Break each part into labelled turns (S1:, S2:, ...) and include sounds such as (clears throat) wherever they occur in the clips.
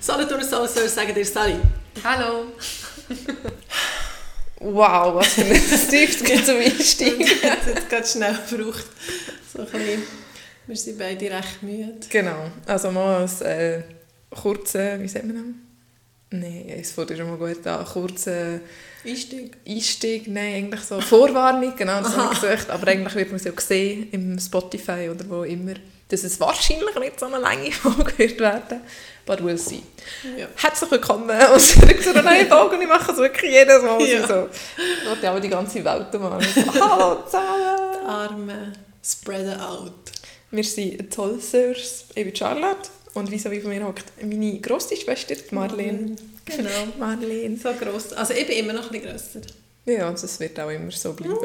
S1: Solothurn Saucers sagen dir Sally.
S2: Hallo.
S3: Wow, was (laughs) für ein Stift zum Einsteigen.
S1: Ich hätte (laughs) jetzt gerade schnell gebraucht. So ein bisschen. Wir sind beide recht müde.
S3: Genau, also mal ein äh, kurzen, wie sagt man das? Nein, es fängt ja schon mal gut an, kurzen
S1: Einstieg.
S3: Einstieg, nein, eigentlich so Vorwarnung, genau, das
S1: Aha.
S3: habe ich gesucht, aber eigentlich wird man es ja sehen, im Spotify oder wo immer, dass es wahrscheinlich nicht so eine lange (laughs) Folge wird werden, but we'll see.
S1: Ja.
S3: Herzlich willkommen (laughs) und zurück zu einer neuen Folge und ich mache es wirklich jedes Mal
S1: Ja.
S3: so. Ich wollte aber die ganze Welt mal (laughs) so, hallo zusammen.
S1: Arme spreaden out.
S3: Wir sind Zollsörs, ich bin Charlotte und wie so wie von mir hockt meine grosse Schwester, die Marlene.
S1: Genau.
S3: (laughs) Marlene.
S1: So gross. Also ich bin immer noch ein bisschen grösser.
S3: Ja, und das wird auch immer so bleiben.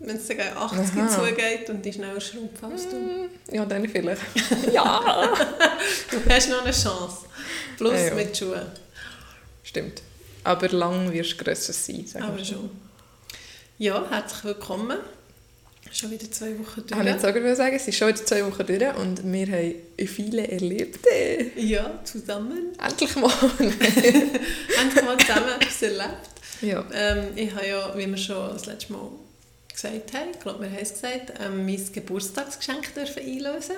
S1: Wenn es sogar 80
S3: Aha.
S1: zugeht und ich schneller schrumpf als du.
S3: Ja, dann vielleicht. (laughs) ja.
S1: Du hast noch eine Chance. Plus
S3: Ja, ja.
S1: mit Schuhen.
S3: Stimmt. Aber lang wirst du grösser sein, sagen
S1: Aber
S3: wir.
S1: schon. Ja, herzlich willkommen. Schon wieder zwei Wochen
S3: Ich wollte jetzt
S1: durch.
S3: sogar sagen, es ist schon wieder zwei Wochen durch und wir haben viele Erlebte.
S1: Ja, zusammen.
S3: Endlich mal. (laughs)
S1: Endlich mal zusammen etwas erlebt.
S3: ja.
S1: Ähm, ich habe ja, wie wir schon das letzte Mal gesagt haben, ich glaube, wir haben es gesagt, ähm, mein Geburtstagsgeschenk dürfen einlösen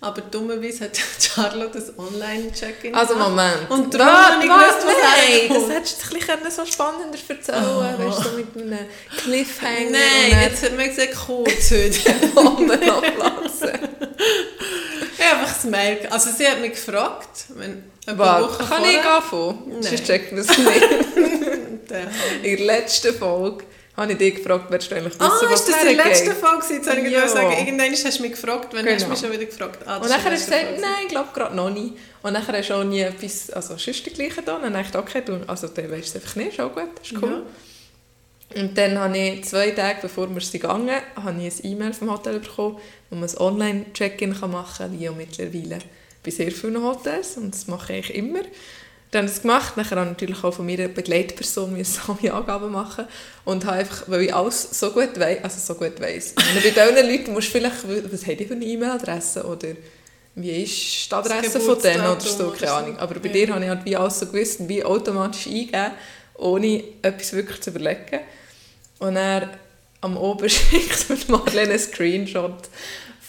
S1: Aber dummerweise hat (laughs) Charlotte das Online-Check-In
S3: Also
S1: gemacht.
S3: Moment.
S1: Und darum habe ich gewusst, was
S3: nein,
S1: herkommt.
S3: Das hättest du ein bisschen so spannender erzählen
S1: Oh.
S3: weißt du, so mit einem Cliffhanger.
S1: Nein, jetzt hat man gesagt, kurz
S3: (laughs)
S1: heute.
S3: Bomben ablassen.
S1: ich habe einfach das Mail... ge- Also sie hat mich gefragt, wenn... ein paar
S3: Was?
S1: Wochen
S3: Kann ich
S1: vorher-
S3: anfangen?
S1: Nein.
S3: Sonst checkt man es nicht.
S1: Und, äh,
S3: In der letzten Folge habe ich dich gefragt, würdest du eigentlich wissen,
S1: Ah,
S3: was
S1: ist das die
S3: hergeht?
S1: letzte Folge? gewesen? Jetzt habe ich
S3: Ja.
S1: ja. sagen, irgendwann hast du mich gefragt, wenn hast du
S3: Genau.
S1: mich schon wieder gefragt. Ah, das
S3: Und
S1: ist die
S3: nachher hast
S1: letzte
S3: du gesagt,
S1: Folge.
S3: nein, ich glaube gerade noch nicht. Und nachher hast du auch nie etwas, also sonst die gleiche da. Und dann dachte ich, okay, du, also dann weißt du es einfach nicht, ist auch gut, ist cool. Und dann habe ich zwei Tage bevor wir sie gegangen, habe ich ein E-Mail vom Hotel bekommen, wo man ein Online-Check-In kann machen kann, wie auch mittlerweile bei sehr vielen Hotels. Und das mache ich immer. Dann habe ich es gemacht, nachher habe ich natürlich auch von mir eine Begleitperson müssen (laughs) alle Angaben machen und habe einfach, weil ich alles so gut weiss, also so gut weiss. Und bei diesen Leuten musst du vielleicht, w- was haben die für eine E-Mail-Adresse oder wie ist die Adresse von denen oder so,
S1: Geburtsdatum
S3: keine
S1: oder so.
S3: Ahnung. Aber bei
S1: Ja.
S3: dir habe ich halt wie alles so gewusst und wie automatisch eingeben, ohne etwas wirklich zu überlegen. Und er am Oben (laughs) schickt mir Marlene einen Screenshot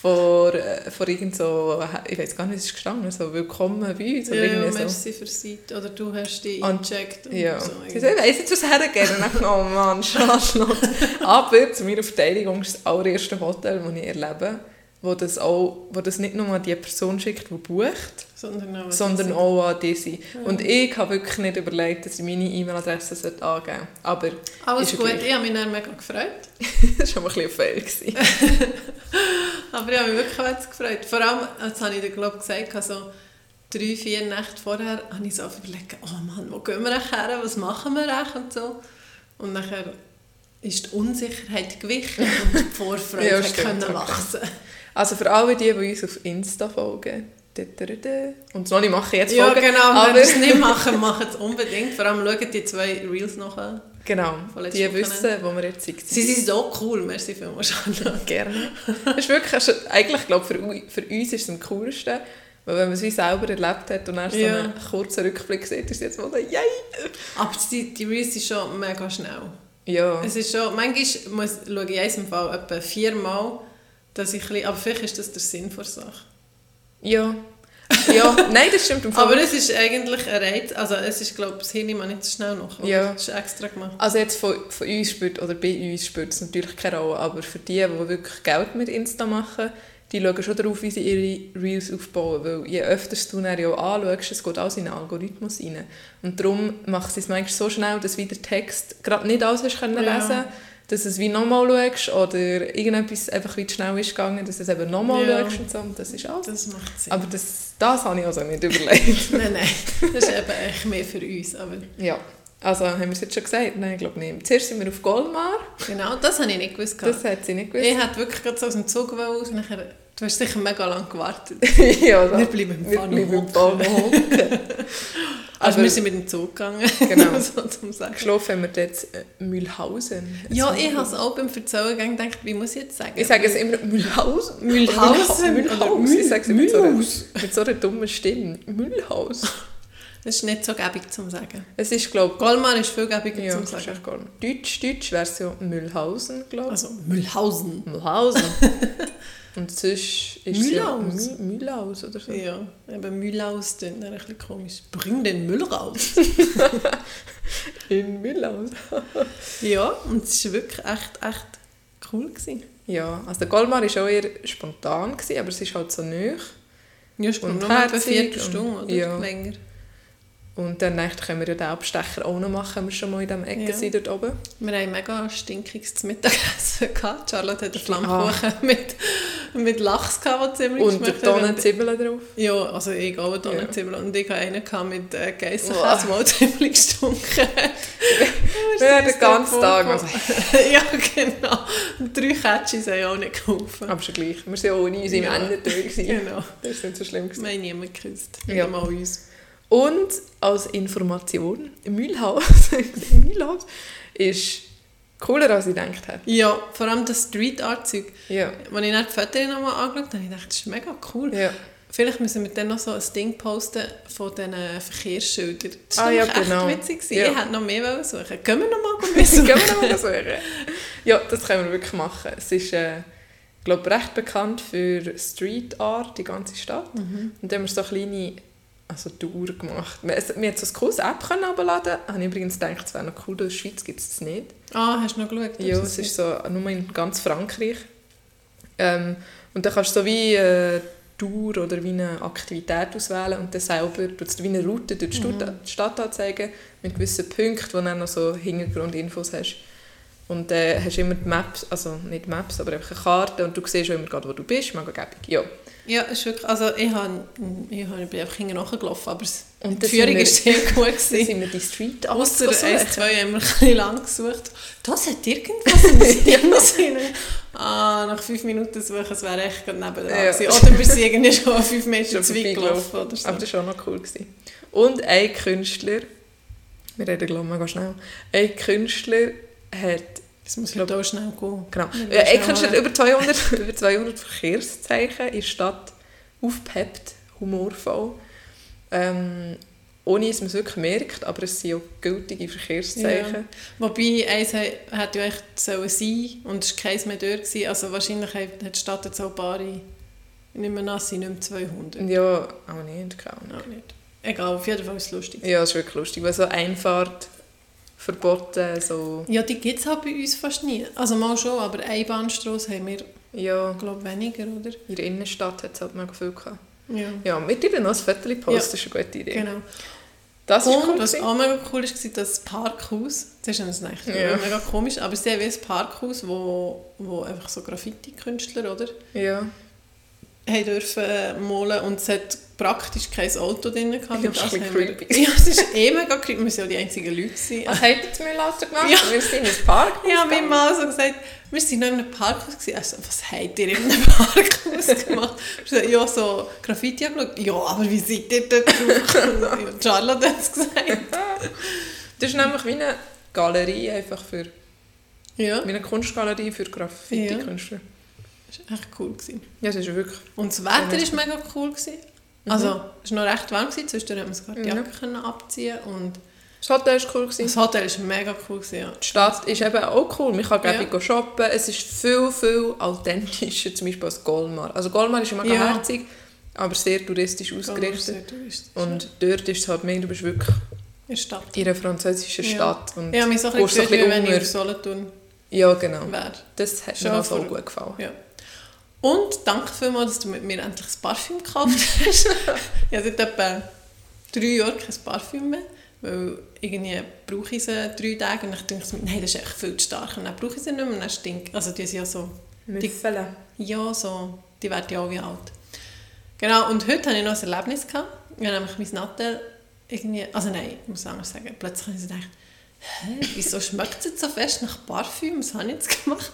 S3: von, äh, von irgend so, ich weiß gar nicht, was ist gestanden, so «Willkommen bei uns» oder
S1: Ja, ja,
S3: irgendwie so.
S1: merci für Zeit. Oder du hast die
S3: Und-
S1: eingecheckt. und
S3: Ja.
S1: so.
S3: Sie sagt, ich weiss nicht, was hergeht. Und ich dachte, oh
S1: (laughs)
S3: Mann, Charlotte. Aber zu meiner Verteidigung ist das allererste Hotel, das ich erlebe, wo das, auch, wo das nicht nur an die Person schickt, die bucht,
S1: Sondern auch...
S3: sondern auch an diese. Und ich habe wirklich nicht überlegt, dass ich meine E-Mail-Adresse sollte angeben sollte. Aber (laughs)
S1: Alles
S3: Ist
S1: gut,
S3: okay.
S1: ich habe mich dann mega gefreut.
S3: das war schon mal ein bisschen ein Fail. gewesen.
S1: Aber ich habe mich wirklich jetzt gefreut. Vor allem, das habe ich dir glaube ich gesagt, also drei, vier Nächte vorher habe ich so überlegt, oh Mann, wo gehen wir eigentlich her, was machen wir eigentlich und so. Und nachher ist die Unsicherheit gewichen
S3: (laughs)
S1: und die Vorfreude
S3: Ja,
S1: hat
S3: stimmt,
S1: können
S3: okay.
S1: wachsen.
S3: Also für alle die, die uns auf Insta folgen. da, da, da, da. Und so, ich mache jetzt
S1: Ja
S3: Folgen.
S1: genau, und wenn
S3: aber
S1: ihr es nicht machen, macht es unbedingt. Vor allem schaut die zwei Reels noch an.
S3: genau,
S1: Von letztem
S3: die wissen, wo wir jetzt sind.
S1: Sie sind so cool, merci vielmals Charlotte.
S3: (laughs) gerne. Das ist wirklich, das ist eigentlich glaube für, u- für uns ist es am coolsten, weil wenn man es wie selber erlebt hat und dann so
S1: Ja.
S3: einen kurzen Rückblick sieht, ist es jetzt mal so, yay!
S1: Aber die, die Reels sind schon mega schnell.
S3: Ja,
S1: Es ist schon, manchmal muss, schaue ich eins im Fall etwa viermal, dass ich ein bisschen, aber vielleicht ist das der Sinn der Sache.
S3: ja, ja, nein, das stimmt. im Fall.
S1: Aber es ist eigentlich ein Reiz, also es ist, glaube ich, das Hirn man nicht so schnell noch.
S3: Ja.
S1: Es ist extra gemacht.
S3: Also jetzt von, von uns spielt, oder bei uns spielt es natürlich keine Rolle, aber für die, die wirklich Geld mit Insta machen, die schauen schon darauf, wie sie ihre Reels aufbauen, weil je öfter du dann ja auch anschaust, es geht alles in den Algorithmus rein. Und darum macht sie es manchmal so schnell, dass wie der Text gerade nicht alles hast können
S1: Ja.
S3: lesen dass du es wie nochmal schaust oder irgendetwas einfach wie zu schnell ist gegangen, dass du es eben nochmal
S1: Ja.
S3: schaust und so, und das ist alles.
S1: Das macht Sinn. (laughs)
S3: Aber das, das habe ich also nicht überlegt.
S1: nein, nein, das ist eben eigentlich mehr für uns. Aber
S3: ja, also haben wir es jetzt schon gesagt? Nein, ich glaube nicht. Zuerst sind wir auf Golmar,
S1: genau, das habe ich nicht gewusst.
S3: das hat sie nicht gewusst.
S1: ich hätte wirklich gerade so aus dem Zug raus, nachher, du hast sicher mega lange gewartet.
S3: (laughs) ja, also
S1: Wir bleiben im
S3: Wir
S1: Bahnhof
S3: bleiben im
S1: hocken.
S3: Bahnhof hocken.
S1: Also
S3: Aber-
S1: wir sind mit dem Zug gegangen,
S3: Genau.
S1: (laughs) so zum Sagen.
S3: Geschlafen haben wir jetzt äh, Mühlhausen.
S1: Ja,
S3: Jetzt
S1: ich habe
S3: haben
S1: es auch beim Verzählen gedacht, wie muss ich jetzt sagen?
S3: wir- Ich sage es immer Mühlhausen.
S1: Mühlhausen
S3: Mühlhausen.
S1: oder
S3: Ich sage es immer mit so, einer,
S1: Mühlhaus.
S3: mit so einer dummen Stimme. Mühlhaus.
S1: Das ist nicht so gäbig zum Sagen.
S3: Es ist, glaube
S1: Goldmann ist viel gäbiger
S3: ich, ja,
S1: zum
S3: das ist
S1: Sagen.
S3: auch gar nicht. Deutsch, Deutsch wäre es ja Mühlhausen, glaube ich.
S1: Also Müllhausen.
S3: Mühlhausen.
S1: (laughs)
S3: Und sonst ist es ja
S1: Mühlhaus.
S3: Mü- Mühlhaus oder so.
S1: Ja, eben Müllhaus klingt dann ein bisschen komisch. Bring den Müll
S3: (laughs)
S1: raus.
S3: In Mühlhaus.
S1: ja, und es war wirklich echt, echt cool. Gewesen.
S3: Ja, also der Golmar war auch eher spontan, gewesen, aber es ist halt so nöch.
S1: Ja, es war
S3: Und
S1: nur etwa eine
S3: herzig
S1: Viertelstunde
S3: und-
S1: oder
S3: ja.
S1: länger.
S3: Und dann dachte ich, können wir ja den Abstecher auch noch machen, wenn wir schon mal in diesem Ecke
S1: Ja.
S3: sind dort oben.
S1: Wir haben mega stinkiges Mittagessen (laughs) gehabt. Charlotte hat einen Flammkuchen (laughs) mit, mit Lachs gehabt, der ziemlich
S3: Ah. Und der
S1: hat.
S3: Tonnen Zwiebeln drauf.
S1: Ja, also ich auch
S3: Ja.
S1: Tonnenzwiebeln. Und ich hatte einen gehabt mit äh,
S3: Wow.
S1: Geissenkäse, der auch ziemlich gestunken halt
S3: (laughs)
S1: hat.
S3: Wir haben den ganzen Tag. Also,
S1: (laughs) ja, genau. Und drei Kätzchen haben auch nicht geholfen.
S3: aber schon gleich. Wir waren ja auch nie unsere
S1: Ja.
S3: Männer drin.
S1: Genau.
S3: Das ist nicht so schlimm.
S1: Wir
S3: Gewesen.
S1: haben niemanden geküsst.
S3: Ja.
S1: Nicht mal uns.
S3: Und als Information, Mühlhaus, (laughs) Mühlhaus ist cooler, als ich gedacht habe.
S1: Ja, vor allem das Street Art Zeug.
S3: Ja.
S1: Als ich dann die Fotos nochmal angeschaut habe, habe ich gedacht, das ist mega cool. (laughs)
S3: ja.
S1: Vielleicht müssen wir dann noch so ein Ding posten von diesen Verkehrsschildern. Das war
S3: Ah, ja,
S1: nämlich echt
S3: genau.
S1: witzig. gewesen.
S3: Ja.
S1: Ich hätte noch mehr suchen Gehen wir noch
S3: (laughs)
S1: mal
S3: Gehen
S1: suchen?
S3: wir nochmal versuchen. Ja, das können wir wirklich machen. Es ist, äh, glaube recht bekannt für Street Art, die ganze Stadt.
S1: Mhm.
S3: Und da haben wir so kleine also Tour gemacht. Wir, es, wir haben so eine coole App können runterladen können. Ich übrigens gedacht, es wäre noch cool, in der Schweiz gibt es das nicht.
S1: Ah, hast du noch geschaut?
S3: Ja, es ist so nur in ganz Frankreich. Ähm, und dann kannst du so wie eine Tour oder wie eine Aktivität auswählen und dann selber tust du wie eine Route durch die Stadt, die Stadt anzeigen mit gewissen Punkten, wo du dann noch so Hintergrundinfos hast. Und dann äh, hast du immer die Maps, also nicht Maps, aber einfach eine Karte und du siehst auch immer gerade, wo du bist, mega gäbig. Ja.
S1: Ja, es ist wirklich, also ich, habe, ich, habe, ich bin einfach hinten nachgelaufen, aber es-
S3: Und
S1: die Führung war
S3: ist
S1: sehr
S3: (laughs)
S1: gut.
S3: dann
S1: gewesen.
S3: sind wir die Street Art
S1: Ausser
S3: versuchen.
S1: 1, 2 haben wir ein bisschen lang gesucht. Das hat irgendwas in
S3: (laughs)
S1: den Sinn. Ah, nach 5 Minuten suchen, es wäre echt gerade nebenan
S3: Ja.
S1: gewesen. Oder wir sind irgendwie schon (laughs) 5 Meter
S3: Schon
S1: zu weit gelaufen oder so.
S3: Aber das war auch noch cool. Gewesen. Und ein Künstler, wir reden glaube ich mega schnell, ein Künstler hat,
S1: Das muss ich auch schnell gehen.
S3: genau,
S1: Wir
S3: ja, ein
S1: schnell
S3: Künstler hat
S1: alle. (laughs)
S3: über 200, über 200 Verkehrszeichen in der Stadt aufgepeppt, humorvoll. Ähm, ohne dass man es wirklich merkt, aber es sind auch gültige Verkehrszeichen.
S1: Wobei, eins he- hätte ja echt sollen sein und es war keins mehr durch. Gewesen. Also wahrscheinlich hat hat die Stadt jetzt auch ein paar, ich nehme an, es sind nicht mehr 200.
S3: Und ja, auch nicht, keine Ahnung.
S1: Auch nicht. Egal, auf jeden Fall ist es lustig.
S3: Ja, es ist wirklich lustig, weil so Einfahrt verboten, so,
S1: Ja, die gibt es halt bei uns fast nie. Also mal schon, aber Einbahnstrasse haben wir,
S3: ja,
S1: glaube weniger, oder?
S3: in der Innenstadt hat es halt mega viel gehabt.
S1: Ja.
S3: Ja, mit dir noch ein Viertel posten,
S1: Ja.
S3: das ist eine gute Idee.
S1: Genau.
S3: Das ist
S1: und
S3: cool.
S1: was
S3: gewesen.
S1: auch mega cool war, war das Parkhaus. Das ist uns echt
S3: Ja.
S1: mega komisch, aber sie haben wie ein Parkhaus, wo, wo einfach so Graffiti-Künstler, oder?
S3: Ja,
S1: haben dürfen äh, malen und es hat praktisch kein Auto drin gehabt.
S3: Ja, das ist ein
S1: haben
S3: bisschen
S1: wir,
S3: creepy. Ah,
S1: ja, es ist eh mega creepy. Wir sind ja die einzigen Leute gewesen.
S3: was habt ihr zu Müllhausen gemacht?
S1: Ja.
S3: Wir sind ins Park
S1: Ja, mein Mann hat so gesagt, wir sind noch in einem Parkhaus gewesen. Er so, was habt ihr in einem (laughs) Parkhaus gemacht? Wir so, ja, so Graffiti angeschaut. Ja, aber wie seid ihr dort drauf? gekommen?» Charlotte hat es gesagt.
S3: Das ist nämlich wie eine Galerie, einfach für, wie
S1: Ja,
S3: eine Kunstgalerie für Graffiti-Künstler.
S1: das war echt cool. Gewesen.
S3: Ja, das ist wirklich...
S1: Und das Wetter war mega cool. Gewesen. Also, es war noch recht warm, gewesen. zwischendurch haben wir sogar die
S3: Mhm. Ja.
S1: Jacke können abziehen und
S3: Das Hotel war cool. Gewesen.
S1: das Hotel war mega cool. Gewesen, ja.
S3: Die Stadt ist eben auch cool. Man kann
S1: Ja.
S3: gerne go shoppen. Es ist viel, viel authentischer, zum Beispiel als Golmar. Also Golmar ist immer
S1: Ja.
S3: ja. herzig, aber sehr touristisch ausgerichtet. Und dort ist es halt mehr, du bist wirklich
S1: In der Stadt.
S3: in einer französischen
S1: Ja.
S3: Stadt. Und
S1: Ich habe mich so ein
S3: gehst so
S1: bisschen
S3: ein
S1: gefühlt, wie wenn ich
S3: bisschen unter.
S1: auf Solothurn
S3: Ja, genau.
S1: wäre.
S3: Das hat
S1: Schon
S3: mir auch
S1: vor-
S3: gut gefallen.
S1: Ja. Und danke vielmals, dass du mit mir endlich ein Parfüm gekauft hast. ich habe seit etwa drei Jahren kein Parfüm mehr, weil irgendwie brauche ich sie drei Tage und dann denke ich mir, nein, das ist echt viel zu stark. Und dann brauche ich sie nicht mehr und dann stinkt Also die sind ja so,
S3: Müffeln.
S1: ja so, die werden ja auch wie alt. Genau, und heute hatte ich noch ein Erlebnis. Gehabt. Ich habe nämlich mein Nattel irgendwie, also nein, ich muss anders sagen, plötzlich habe ich so gedacht, Hä, wieso schmeckt es jetzt so fest nach Parfüm? Was habe ich jetzt gemacht?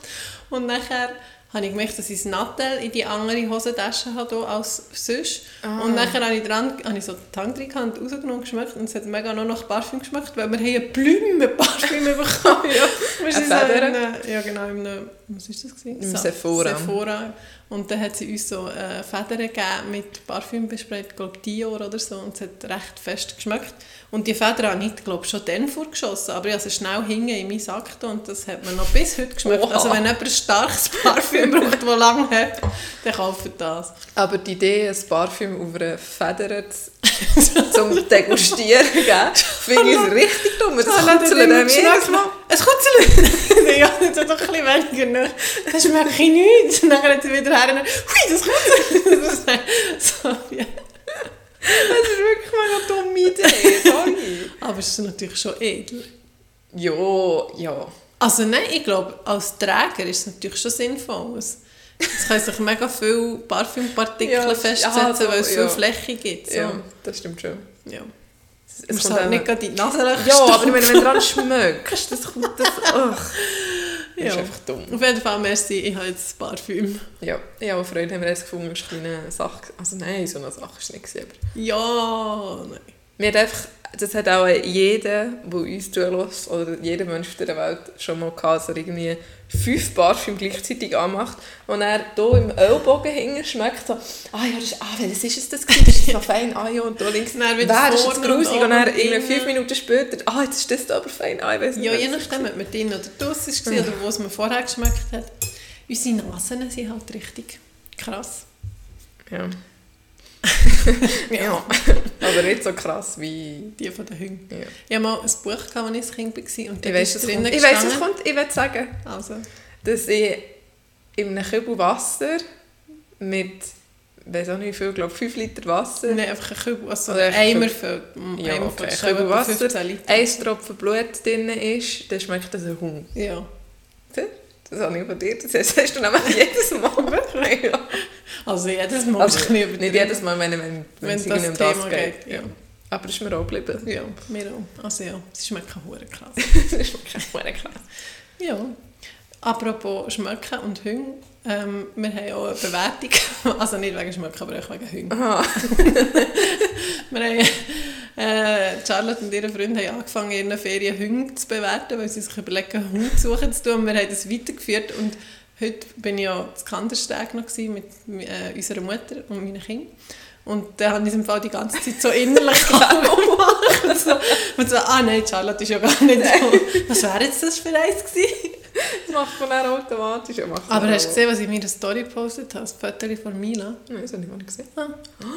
S1: Und nachher habe ich gemerkt, dass ich das Nattel in die andere Hosentasche hatte als sonst.
S3: Ah.
S1: Und nachher habe ich, dran, habe ich so die Hand drin gehabt, rausgenommen geschmeckt und es hat mega noch nach Parfüm geschmeckt, weil wir haben eine Blume Parfüm (laughs) bekommen.
S3: Ja.
S1: Wir sind so in
S3: Eine Feder.
S1: einem, ja genau, in einem, was ist das? Gewesen?
S3: Im
S1: Sa-
S3: Sephora.
S1: Sephora. Und dann hat sie uns so äh, Federn gegeben mit Parfüm besprayt, glaube Dior oder so, und es hat recht fest geschmeckt. Und die Federn habe ich, glaube schon dann vorgeschossen, aber ich habe sie schnell hinten in meinen Sack getan und das hat mir noch bis heute geschmeckt.
S3: Oha.
S1: Also wenn jemand ein starkes Parfüm braucht, das lange hat, dann kauft das.
S3: Aber die Idee, ein Parfüm auf einer Feder zu zum Degustieren, gell, finde ich richtig dumm. Das
S1: Ah,
S3: Kutzeln
S1: Ein
S3: haben wir jedes Mal.
S1: Kutzeln! (laughs) ja, das hat doch ein bisschen weniger. Ne? Das schmeckt nichts. Und dann hat sie wieder her und dann, hui, das Kutzeln! (laughs) Das ist so, ja.
S3: Das ist wirklich mal eine dumme Idee, sorry.
S1: Aber es ist natürlich schon edel.
S3: ja, ja.
S1: Also nein, ich glaube, als Träger ist es natürlich schon sinnvoll. Es es können sich mega viele Parfümpartikel
S3: Ja,
S1: festsetzen,
S3: ja, so,
S1: weil es
S3: ja.
S1: viel Fläche gibt. So.
S3: Ja, das stimmt schon.
S1: Ja. Dus
S3: Es,
S1: Es muss
S3: kommt
S1: halt
S3: auch-
S1: nicht gerade in die Nase
S3: Ja,
S1: stoppen.
S3: aber ich meine, wenn du dran schmeckst, das kommt das... Ach, das ist
S1: Ja.
S3: einfach dumm.
S1: Auf jeden Fall, merci, ich habe jetzt Parfüm.
S3: Ja, ich habe Freude, haben wir erst gefunden, es war eine kleine Sache. Also nein, so eine Sache war es nicht. gewesen, Aber
S1: Ja, nein.
S3: wir haben einfach, das hat auch jeder, der uns zulässt, oder jeder Mensch auf dieser Welt schon mal gehabt, dass er irgendwie fünf Parfüm gleichzeitig anmacht und er hier im Ellbogen hinten schmeckt so, ah ja, das ist, ah, welches ist es das gewesen? Das ist so fein, ah ja, und da links.
S1: Dann wieder
S3: Wer ist jetzt
S1: vorne
S3: grusig? Und
S1: oben
S3: dann irgendwie
S1: hinten.
S3: fünf Minuten später, ah, jetzt ist das da aber fein, ah, ich weiss nicht.
S1: Ja, je
S3: welches es
S1: nachdem, ob man drin oder draussen war oder wo es mir vorher geschmeckt hat. Unsere Nasen sind halt richtig krass.
S3: (laughs) war. Ja. ja. aber nicht so krass wie...
S1: Die von den Hunden.
S3: Ja.
S1: Ich habe mal ein Buch, gehabt, als ich ein Kind war. Und
S3: Ich
S1: dort
S3: weiß,
S1: ist
S3: es
S1: drinnen
S3: kommt. Ich weiß, es
S1: gestanden-
S3: kommt. Ich will sagen,
S1: Also,
S3: dass ich in einem Kübel Wasser mit, weiß auch nicht wie viel, glaube 5 Liter Wasser,
S1: nein, einfach ein Kübel, also
S3: Oder
S1: ein
S3: einfach ein
S1: Eimer füllt. Ein
S3: Ja,
S1: Eimer
S3: okay,
S1: füllt
S3: ein
S1: schon
S3: Kübel
S1: etwa
S3: Wasser,
S1: 15 Liter.
S3: ein Tropfen Blut drin ist, dann schmeckt das ein Hunger.
S1: Ja.
S3: Das habe ich von dir. Das hast du nämlich jedes Mal. ja.
S1: Also jedes Mal.
S3: Also,
S1: ist ein bisschen
S3: Nicht
S1: übertrieben.
S3: jedes Mal, wenn, wenn, wenn,
S1: Wenn
S3: es
S1: das
S3: irgendwie um das
S1: Thema
S3: geht.
S1: geht, ja.
S3: Aber das ist mir auch geblieben.
S1: Ja, mir auch. Also ja, sie schmecken hure krass.
S3: (laughs) das ist wirklich mega krass.
S1: ja. Apropos Schmecken und Hunger. Ähm, wir haben auch eine (laughs) Bewertung. Also nicht wegen Schmecken, aber auch wegen Hunger.
S3: Aha.
S1: Wir haben, (laughs) äh, Charlotte und ihre Freunde haben angefangen, in ihren Ferien Hunde zu bewerten, weil sie sich überlegen, einen Hund suchen zu tun. Wir haben das weitergeführt und heute bin ich ja zu Kandersteg noch gewesen mit äh, unserer Mutter und meinen Kindern. Und da haben ich im Fall die ganze Zeit so (laughs) innerlich rumgemacht. und so, und so, ah nein, Charlotte ist ja gar nicht so. Was wäre jetzt das für eins gewesen? Also.
S3: Das macht man dann automatisch. Ja, macht man
S1: Aber
S3: dann
S1: hast du
S3: auch.
S1: gesehen, was ich in meiner Story gepostet habe? Das Foto von Mila.
S3: Nein, das habe ich gar nicht gesehen.
S1: Ah,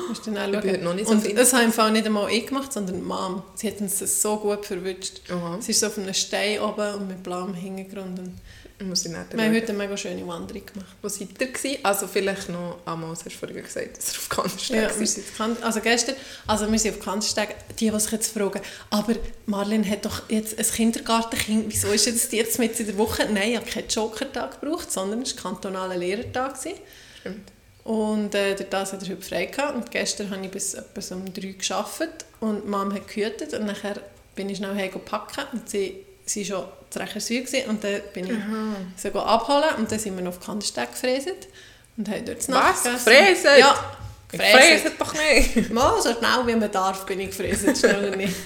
S1: musst du dann
S3: Ich
S1: auch
S3: bin
S1: schauen.
S3: heute noch nicht so
S1: Und
S3: fit.
S1: das habe im Fall nicht einmal ich gemacht, sondern die Mom. Sie hat uns das so gut verwünscht.
S3: Aha.
S1: Sie ist so auf einem Stein oben und mit blauem Hintergrund. Und
S3: Ich muss die nicht
S1: wir haben heute eine mega schöne Wanderung gemacht.
S3: Wo seid ihr gewesen? Also vielleicht noch, Amos, hast du vorhin gesagt, dass ihr auf Kandersteg
S1: Ja,
S3: ja,
S1: wir sind auf Kan- also gestern, also wir sind auf Kanzsteg, die, die sich jetzt fragen, aber Marlene hat doch jetzt ein Kindergartenkind, wieso ist jetzt die jetzt mit in der Woche? Nein, ich habe keinen Jokertag gebraucht, sondern es war kantonaler Lehrertag. Gewesen.
S3: Stimmt.
S1: Und äh, durch das hat er heute frei gehabt. Und gestern habe ich bis etwa so um drei gearbeitet. Und die Mom hat gehütet. Und nachher bin ich schnell heim packen. Und sie sie war schon zu Recherswil. gewesen. Und dann bin ich sie go abholen. Und dann sind wir noch auf Kandersteg gefräset. Und haben dort zu Nacht
S3: Was?
S1: gegessen.
S3: Gefräset?
S1: Ja. Gefräset.
S3: doch
S1: (laughs)
S3: nicht!
S1: Mal so schnell wie man darf bin ich gefräset. Schneller
S3: (laughs)
S1: nicht.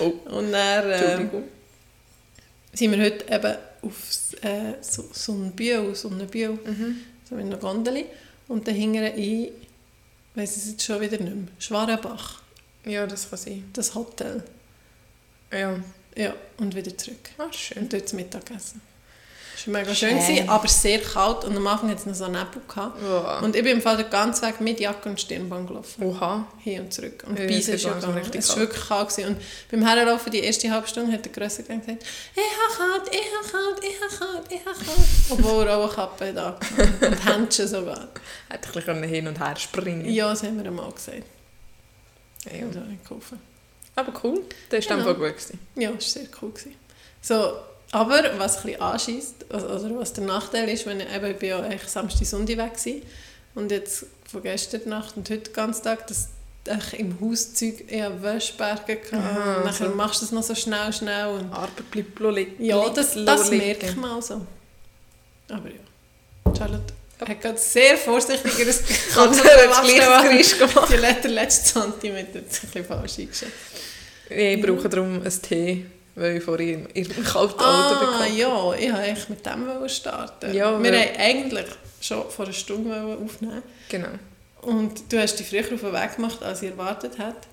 S3: Oh.
S1: Und dann äh,
S3: Entschuldigung.
S1: sind wir heute eben auf äh, so, so ein Bühl, so ein Bühl.
S3: Mhm.
S1: so in einer Gondel. Und dann hingen in, weiß ich es jetzt schon wieder nicht mehr, Schwarenbach,
S3: Ja, das kann sein.
S1: das Hotel.
S3: Ja,
S1: Ja, und wieder zurück.
S3: ah, schön.
S1: Und dort zum Mittag gegessen. Es war mega schön,
S3: Schön.
S1: gewesen, aber sehr kalt und am Anfang hat es noch so einen Nebel. Gehabt.
S3: Wow.
S1: Und ich bin im Fall den ganzen Weg mit Jacke und Stirnband gelaufen.
S3: Oha.
S1: Hin und zurück. Und
S3: Ja,
S1: ja,
S3: jetzt
S1: Beise
S3: wird
S1: ist ja
S3: langsam
S1: gegangen.
S3: richtig
S1: Es war
S3: kalt.
S1: wirklich kalt. Gewesen. Und beim Herlaufen, die erste halbe Stunde, hat der Grösser gesagt, ich habe kalt, ich habe kalt, ich habe kalt, ich habe
S3: (laughs)
S1: kalt. Obwohl er auch eine Kappe hat. angehabt. Und Händchen sogar.
S3: Hätte ich ein bisschen hin und her springen
S1: Ja, das haben wir einmal gesagt.
S3: Ja.
S1: Ja. Also, ich kaufe.
S3: Aber cool. Das war
S1: Genau.
S3: einfach gut. Gewesen.
S1: Ja, das war sehr cool. Gewesen. So, aber was ein bisschen anschießt, also, oder was der Nachteil ist, wenn ich, eben, ich bin ja eigentlich Samstag, Sonntag weg gewesen, und jetzt von gestern Nacht und heute den ganzen Tag, dass ich im Haus Zeug eher Wäschberge hatte.
S3: Aha, Ah,
S1: und nachher
S3: so.
S1: machst du es noch so schnell, schnell. Und
S3: Arbeit bleibt bloß
S1: (laughs)
S3: liegen.
S1: ja, das, das
S3: liegen.
S1: merkt man auch so. Aber ja, Charlotte hat gerade sehr vorsichtig ihr
S3: Und
S1: Katzenball
S3: er hat gleich
S1: abgenommen. (laughs)
S3: Geräusch gemacht.
S1: Die letzten- der letzte Zentimeter hat sich ein bisschen falsch eingeschätzt.
S3: Ich brauche darum einen Tee, weil ich vorhin in einem kalten Auto
S1: Ah,
S3: bekomme.
S1: ja, ich wollte eigentlich mit dem wollen starten.
S3: Ja,
S1: Wir
S3: weil-
S1: wollten eigentlich schon vor einer Stunde wollen aufnehmen.
S3: Genau.
S1: Und du hast dich früher auf den Weg gemacht, als ich erwartet hat.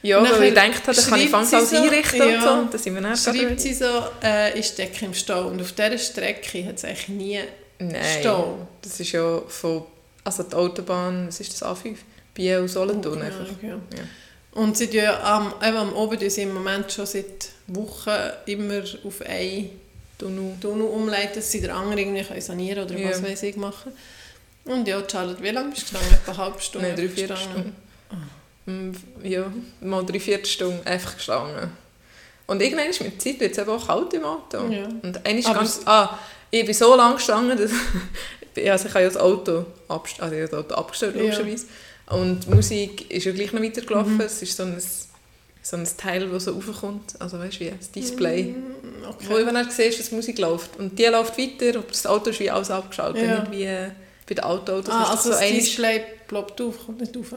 S3: Ja,
S1: Nachher
S3: weil ich gedacht habe, dann kann ich
S1: schreibt
S3: fangs alles
S1: sie so,
S3: einrichten und so.
S1: ja.
S3: Und dann sind wir dann
S1: Schreibt
S3: gerade-
S1: sie so, äh, ich stecke im Stau. Und auf dieser Strecke hat es eigentlich nie
S3: Nein.
S1: Stau.
S3: Das ist ja von... Also die Autobahn, was ist das, A5? Biel, Solothurn
S1: Ja,
S3: E einfach.
S1: ja.
S3: Ja.
S1: Und sie tun ja am, eben am Oben tun sie im Moment schon seit Wochen immer auf einen
S3: Tunnel.
S1: Tunnel umleiten, dass sie den anderen irgendwie können sanieren oder
S3: Ja.
S1: was weiß ich machen. Und ja, die Charlotte, wie lange bist du gestanden? Etwa eine halbe Stunde?
S3: Nein, drei, vier
S1: gestanden? Ah.
S3: Stunden. Mm, Ja, mal drei, vier Stunden einfach gestanden. Und irgendwann mit der Zeit wird es eben auch kalt im Auto.
S1: Ja.
S3: Und eines
S1: Aber
S3: ganz... Ah, ich bin so lange gestanden, dass... (laughs) ja, also ich habe ja das Auto, abst also ich habe das Auto abgestellt,
S1: Ja. Mhm.
S3: logischerweise. Und die Musik ist ja gleich noch weitergelaufen. Es ist so ein, so ein Teil, das so raufkommt. Also weißt du, wie ein Display.
S1: Mm,
S3: Wo du
S1: Okay.
S3: dann siehst, dass die Musik läuft. Und die läuft weiter, aber das Auto ist wie alles abgeschaltet.
S1: Ja.
S3: Nicht wie äh, bei den Autoautos.
S1: ah,
S3: hast
S1: also
S3: du
S1: das
S3: einmal-
S1: Display ploppt auf, kommt nicht auf.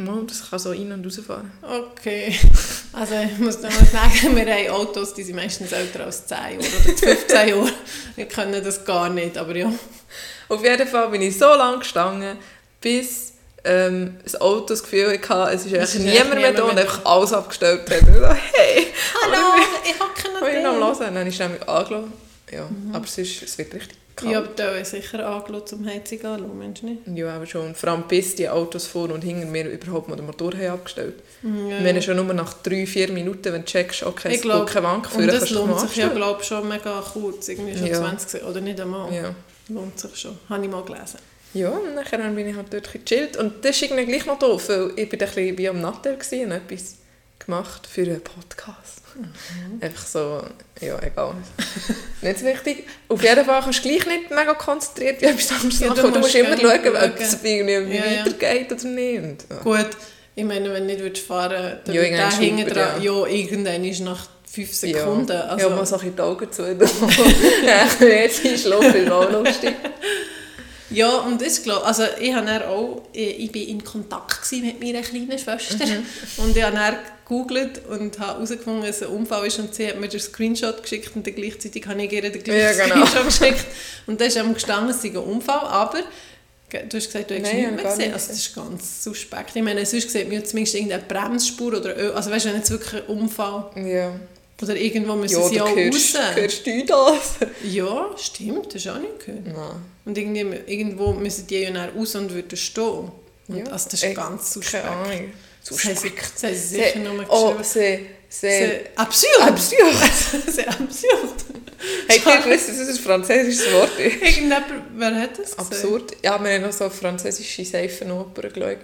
S3: Mal, das kann so rein- und rausfahren.
S1: Okay. (laughs) Also ich muss noch mal sagen, wir haben Autos, die sind meistens älter als 10 Jahre oder 15 Jahre. Wir können das gar nicht, aber ja.
S3: Auf jeden Fall bin ich so lange gestanden, bis ähm, das Auto das Gefühl hatte, es ist
S1: Es
S3: eigentlich
S1: ist
S3: niemand
S1: eigentlich
S3: mehr da
S1: niemand
S3: und
S1: mehr
S3: einfach alles abgestellt hat. Und ich so, hey,
S1: Hallo, ich habe
S3: kann ich noch
S1: keinen
S3: hören? Dann ist nämlich angelaufen. Ja,
S1: Mhm.
S3: aber sonst, es wird richtig
S1: Ich
S3: kalt.
S1: habe da sicher angeschaut, zum Heizung anzuschauen, meinst du nicht?
S3: Ja. aber schon. Vor allem bis die Autos vor und hinter mir überhaupt mal den Motor haben abgestellt
S1: Ja.
S3: haben. Mhm. Wir haben schon nur nach drei, vier Minuten, wenn du checkst, okay,
S1: Ich
S3: es
S1: glaub,
S3: gibt keinen Wank
S1: Und
S3: für
S1: das lohnt sich ja, glaube ich, schon mega kurz. Irgendwie schon
S3: Ja.
S1: 20 Sekunden, oder nicht einmal.
S3: ja.
S1: Lohnt sich schon. Habe ich mal gelesen.
S3: Ja, und nachher bin ich halt dort ein bisschen gechillt. Und das ist irgendwie gleich noch doof, weil ich bin ein bisschen wie am Nattel gewesen und etwas gemacht für einen Podcast.
S1: Mhm.
S3: Einfach so, ja, egal. (laughs) nicht so wichtig. Auf jeden Fall kannst du gleich nicht mega konzentriert wie etwas anderes
S1: Ja,
S3: ja,
S1: du
S3: machen. Du musst
S1: musst
S3: immer
S1: gerne
S3: schauen, ob
S1: schauen.
S3: es irgendwie
S1: Ja, ja.
S3: weitergeht oder nicht. Und, äh, ja.
S1: Gut, ich meine, wenn du nicht würdest fahren dann
S3: Ja,
S1: wird der
S3: irgendwann
S1: hinten
S3: schraubt,
S1: dran. Ja, irgendwann ist nach 5 Sekunden.
S3: Ja,
S1: Also,
S3: ja mal so ein bisschen die Augen zu (laughs) tun. ja, jetzt ist Schlaf ist auch lustig.
S1: Ja, und ich glaube, also ich habe dann auch, ich, ich bin in Kontakt gewesen mit meiner kleinen Schwester
S3: Mhm.
S1: (laughs) und ich habe dann gegoogelt und habe herausgefunden, dass es ein Unfall ist und sie hat mir den Screenshot geschickt und dann gleichzeitig habe ich ihr den gleichen
S3: Ja, genau.
S1: Screenshot geschickt und da ist eben gestanden, es sei ein Unfall, aber ge- du hast gesagt, du hättest nichts
S3: Nein, habe
S1: mehr
S3: gar
S1: gesehen,
S3: nicht
S1: also das ist ganz suspekt. Ich meine, sonst sieht man ja zumindest irgendeine Bremsspur oder, Ö- also weißt du, wenn jetzt wirklich ein Unfall
S3: Ja,
S1: oder irgendwo müssen
S3: ja
S1: sie
S3: du
S1: auch
S3: hörst,
S1: raus.
S3: hörst du das?
S1: Ja, stimmt, das ist auch nicht gehört.
S3: Nein.
S1: Und irgendwie, irgendwo müssen die ja dann raus und würden stehen. Und
S3: Ja,
S1: also das
S3: ey,
S1: ist ganz suspekt.
S3: Keine Ahnung.
S1: Das haben sie, das haben sie
S3: C'est-
S1: sicher nur
S3: Oh,
S1: geschrieben.
S3: c'est... c'est...
S1: C'est absurd! (laughs)
S3: Absurd!
S1: C'est absurd!
S3: Hey, ihr gewusst, dass das ein französisches Wort ist?
S1: Irgendjemand, wer hat das gesagt?
S3: Absurd? Ja, wir haben noch so französische Seifenoper geschaut.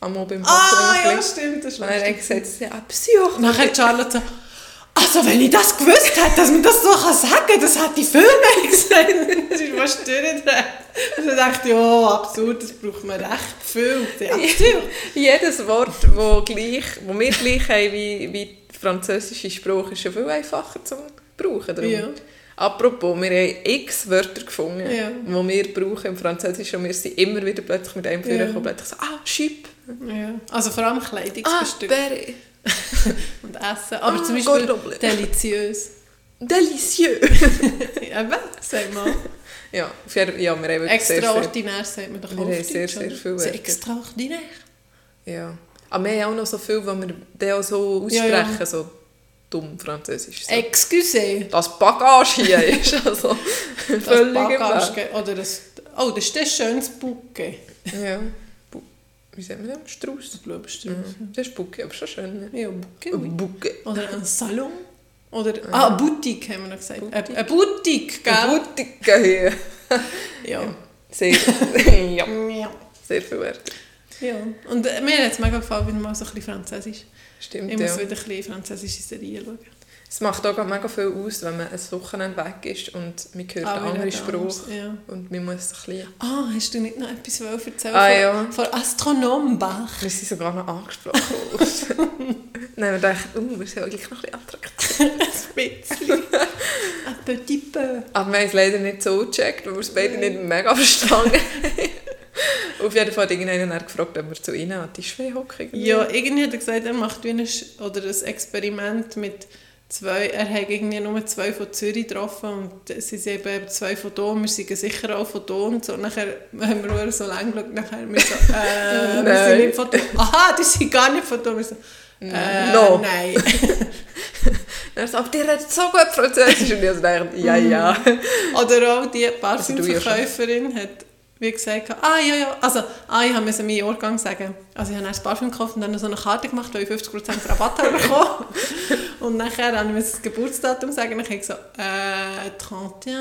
S3: Am Abend im
S1: Ah,
S3: Hotel.
S1: ja, stimmt, das ist
S3: Und dann hat er
S1: lustig.
S3: gesagt, c'est absurd.
S1: Und nachher hat Charlotte so, also wenn ich das gewusst hätte, dass man das so kann sagen das hat die Filme gesehen. (laughs) Das ist fast durchgedreht. Und dann dachte Also ich, ja, absurd, das braucht man recht viel. C'est absurd!
S3: Jedes Wort, wo, gleich, wo wir gleich haben wie, wie die französische Sprache, ist ja viel einfacher zu brauchen. Darum.
S1: Ja.
S3: Apropos, wir haben x Wörter gefunden,
S1: Ja.
S3: die wir brauchen im Französischen und wir sind immer wieder plötzlich mit einem
S1: Ja.
S3: Führer gekommen, plötzlich so, ah, Schip,
S1: Ja. Also vor allem
S3: ah,
S1: Kleidungsbestücke
S3: Berry,
S1: und Essen. Aber
S3: Ah,
S1: zum Beispiel
S3: Gordobler.
S1: deliziös.
S3: délicieux.
S1: (laughs) Eben, sag mal.
S3: (laughs) Ja, auf jeden- ja, wir haben wirklich sehr viel.
S1: Extraordinär sagt man doch
S3: Wir haben sehr, sehr
S1: oder? Sehr
S3: viel Wörter.
S1: Extraordinär.
S3: Ja. Aber wir haben auch noch so viel, was wir dann auch so
S1: Ja,
S3: aussprechen,
S1: ja.
S3: so dumm Französisch. So.
S1: Excuse.
S3: Das Bagage hier ist (laughs) also
S1: Das
S3: völlig im
S1: Bagage. Oder das... Oh, das ist ein schönes Bucke.
S3: Weg. Ja. Bu- Wie sagt man das? Strauss?
S1: Ich glaube, stimmt.
S3: Mhm. Das ist Bucke, aber schon schön.
S1: Ja, Bucke.
S3: Bucke.
S1: Oder ein Salon. Oder... Ah, Boutique haben wir noch gesagt. Eine eine Boutique, gell?
S3: Butige hier.
S1: Ja.
S3: (laughs) Sehr, ja,
S1: ja.
S3: sehr viel Wert.
S1: Ja. Und äh, mir hat es mega gefallen, wenn mal so ein bisschen Französisch.
S3: Stimmt,
S1: Ich muss
S3: ja.
S1: wieder ein bisschen französische Serien schauen.
S3: Es macht auch gerade mega viel aus, wenn man ein Wochenende weg ist und man hört
S1: Auch wieder
S3: andere
S1: etwas anderes,
S3: Sprache.
S1: Ja.
S3: Und man muss ein bisschen...
S1: Ah, hast du nicht noch etwas erzählen
S3: Ah,
S1: von,
S3: ja.
S1: von Astronom (laughs) Bach?
S3: Wir sind sogar noch
S1: (laughs)
S3: angesprochen. (laughs) Nein, wir dachten, uh, wir sind ja gleich noch ein bisschen attraktiv.
S1: Spitzli. Aber petit peu.
S3: Aber wir haben es leider nicht so gecheckt, weil wir es beide nicht
S1: (laughs)
S3: mega verstanden haben. Auf jeden Fall hat irgendeiner dann gefragt, ob wir zu ihnen an den Tisch hocken
S1: Ja, irgendwie hat er gesagt, er macht wie ein, Sch- oder ein Experiment mit zwei, er hat irgendwie nur zwei von Zürich getroffen und sie sind eben eben zwei von da, wir sind sicher auch von da und so. Nachher haben wir nur so lange geschaut, nachher wir so, äh, wir
S3: (laughs) Nein.
S1: sind nicht von da. Aha, die sind gar nicht von da. Wir so, äh,
S3: No.
S1: nein.
S3: (laughs) Dann so, aber die redet so gut Französisch. Und ich also dachte, ja, ja.
S1: Mhm. Oder auch die
S3: Also
S1: Parfümverkäuferin hat wie gesagt, ah ja, ja, also ah, ich musste meinen Jahrgang sagen. Also ich habe erst Parfüm gekauft und dann so eine Karte gemacht, wo ich 50% Rabatt habe
S3: (laughs)
S1: bekommen. und nachher habe ich mir das Geburtsdatum sagen und dann habe ich so, äh, 31,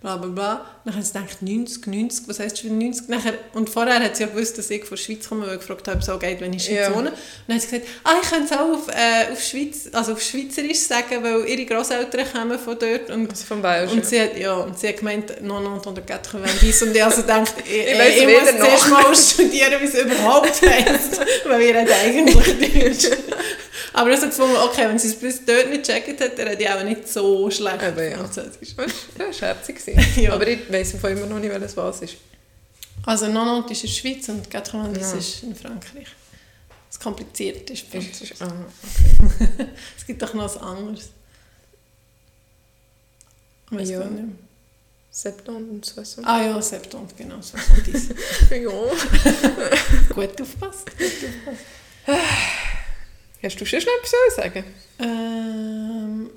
S1: bla bla bla. Dann habe ich gedacht, 90, 90, was heisst schon 90? Nachher, und vorher hat sie ja gewusst, dass ich von der Schweiz komme, weil ich gefragt habe, ob es auch geht, wenn ich in der Schweiz
S3: Ja.
S1: wohne. Und dann hat sie gesagt, ah, ich könnte es auch auf, äh, auf, Schweiz, also auf Schweizerisch sagen, weil ihre Großeltern kommen von dort und
S3: Also vom Belgien.
S1: und sie hat, ja, und sie hat gemeint, 990 und ich also
S3: (laughs)
S1: gedacht, ich,
S3: Ich
S1: ich,
S3: weiss
S1: ich,
S3: weder
S1: muss
S3: noch.
S1: zuerst mal (laughs) studieren, wie es überhaupt heisst, weil wir reden eigentlich Deutsch. Aber ich habe gefunden, okay, wenn sie es bis dort nicht gecheckt hat, dann rede ich auch nicht so schlecht
S3: Eben, ja.
S1: Französisch.
S3: das war herzig. gewesen.
S1: Ja.
S3: Aber ich weiss im Fall immer noch nicht, welches was ist.
S1: Also 990 ist in der Schweiz und 90
S3: Ja.
S1: ist in Frankreich. Das kompliziert ist Französisch.
S3: ist ah.
S1: Es gibt doch noch was anderes. Ich weiss
S3: Ja.
S1: gar nicht mehr.
S3: Septembre und so. so.
S1: Ah ja, Septembre, genau, 70.
S3: (laughs) Ja.
S1: Gut aufpasst.
S3: Hast du schon noch etwas zu sagen?
S1: Ähm,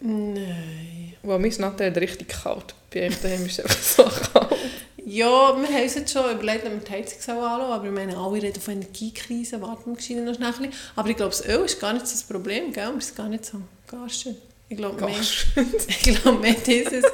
S1: nein.
S3: Wow, mein Natter hat richtig kalt. Bei euch daheim ist es einfach so
S1: (laughs)
S3: kalt.
S1: Ja, wir haben uns jetzt schon überlegt, ob wir die Heizung sollen anschauen sollen, aber ich meine, alle reden von Energiekrise, warten wir gescheiter noch schnell ein bisschen. Aber ich glaube, das Öl ist gar nicht so das Problem, gell? Wir sind gar nicht so garstig. Ich glaube, mehr,
S3: Gast.
S1: (laughs) ich glaube, mehr dieses...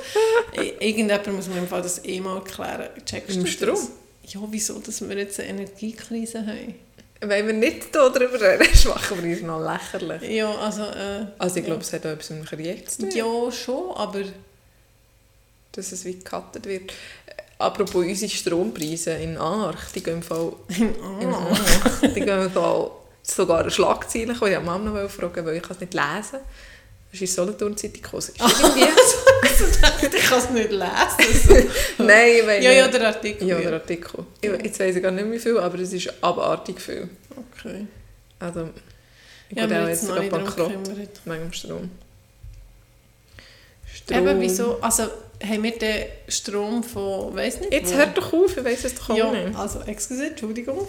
S1: I- Irgendjemand muss mir im Fall das eh mal erklären. Checkst
S3: Im
S1: du
S3: Strom?
S1: Das? Ja, wieso, dass wir jetzt eine Energiekrise haben?
S3: (laughs) Wenn wir nicht hier darüber reden, (laughs) machen wir uns noch lächerlich.
S1: Ja, also... Äh,
S3: Also ich glaube, es hat auch etwas mit dem Krieg zu
S1: Ja,
S3: tun,
S1: ja schon, aber...
S3: dass es wie gecuttet wird. Äh, Apropos unsere Strompreise in Arch, die gehen im Fall, in
S1: (laughs) Ah.
S3: Arch, die gehen im Fall sogar eine Schlagzeile, gekommen. ich habe Mama noch fragen, weil ich kann es nicht lesen. Es ist in Solothurn-Zeitung gekommen. Es ist
S1: (laughs)
S3: irgendwie-
S1: Also, ich kann es nicht lesen.
S3: Nein, ich meine...
S1: ja, ja, der Artikel.
S3: Äh, Ja, der Artikel. Ich, jetzt weiss ich gar nicht, wie viel, aber es ist abartig viel.
S1: Okay.
S3: Also, ich
S1: Ja,
S3: ja,
S1: wir
S3: auch
S1: jetzt
S3: jetzt
S1: noch
S3: sogar
S1: nicht darum
S3: bankrott
S1: gekümmert.
S3: wegen dem Strom. Strom.
S1: Eben, wieso? Also, haben wir den Strom von, weiss nicht
S3: Jetzt
S1: wo?
S3: hört doch auf, ich weiss es doch auch
S1: ja,
S3: nicht.
S1: also, excuse,
S3: (laughs)
S1: Entschuldigung.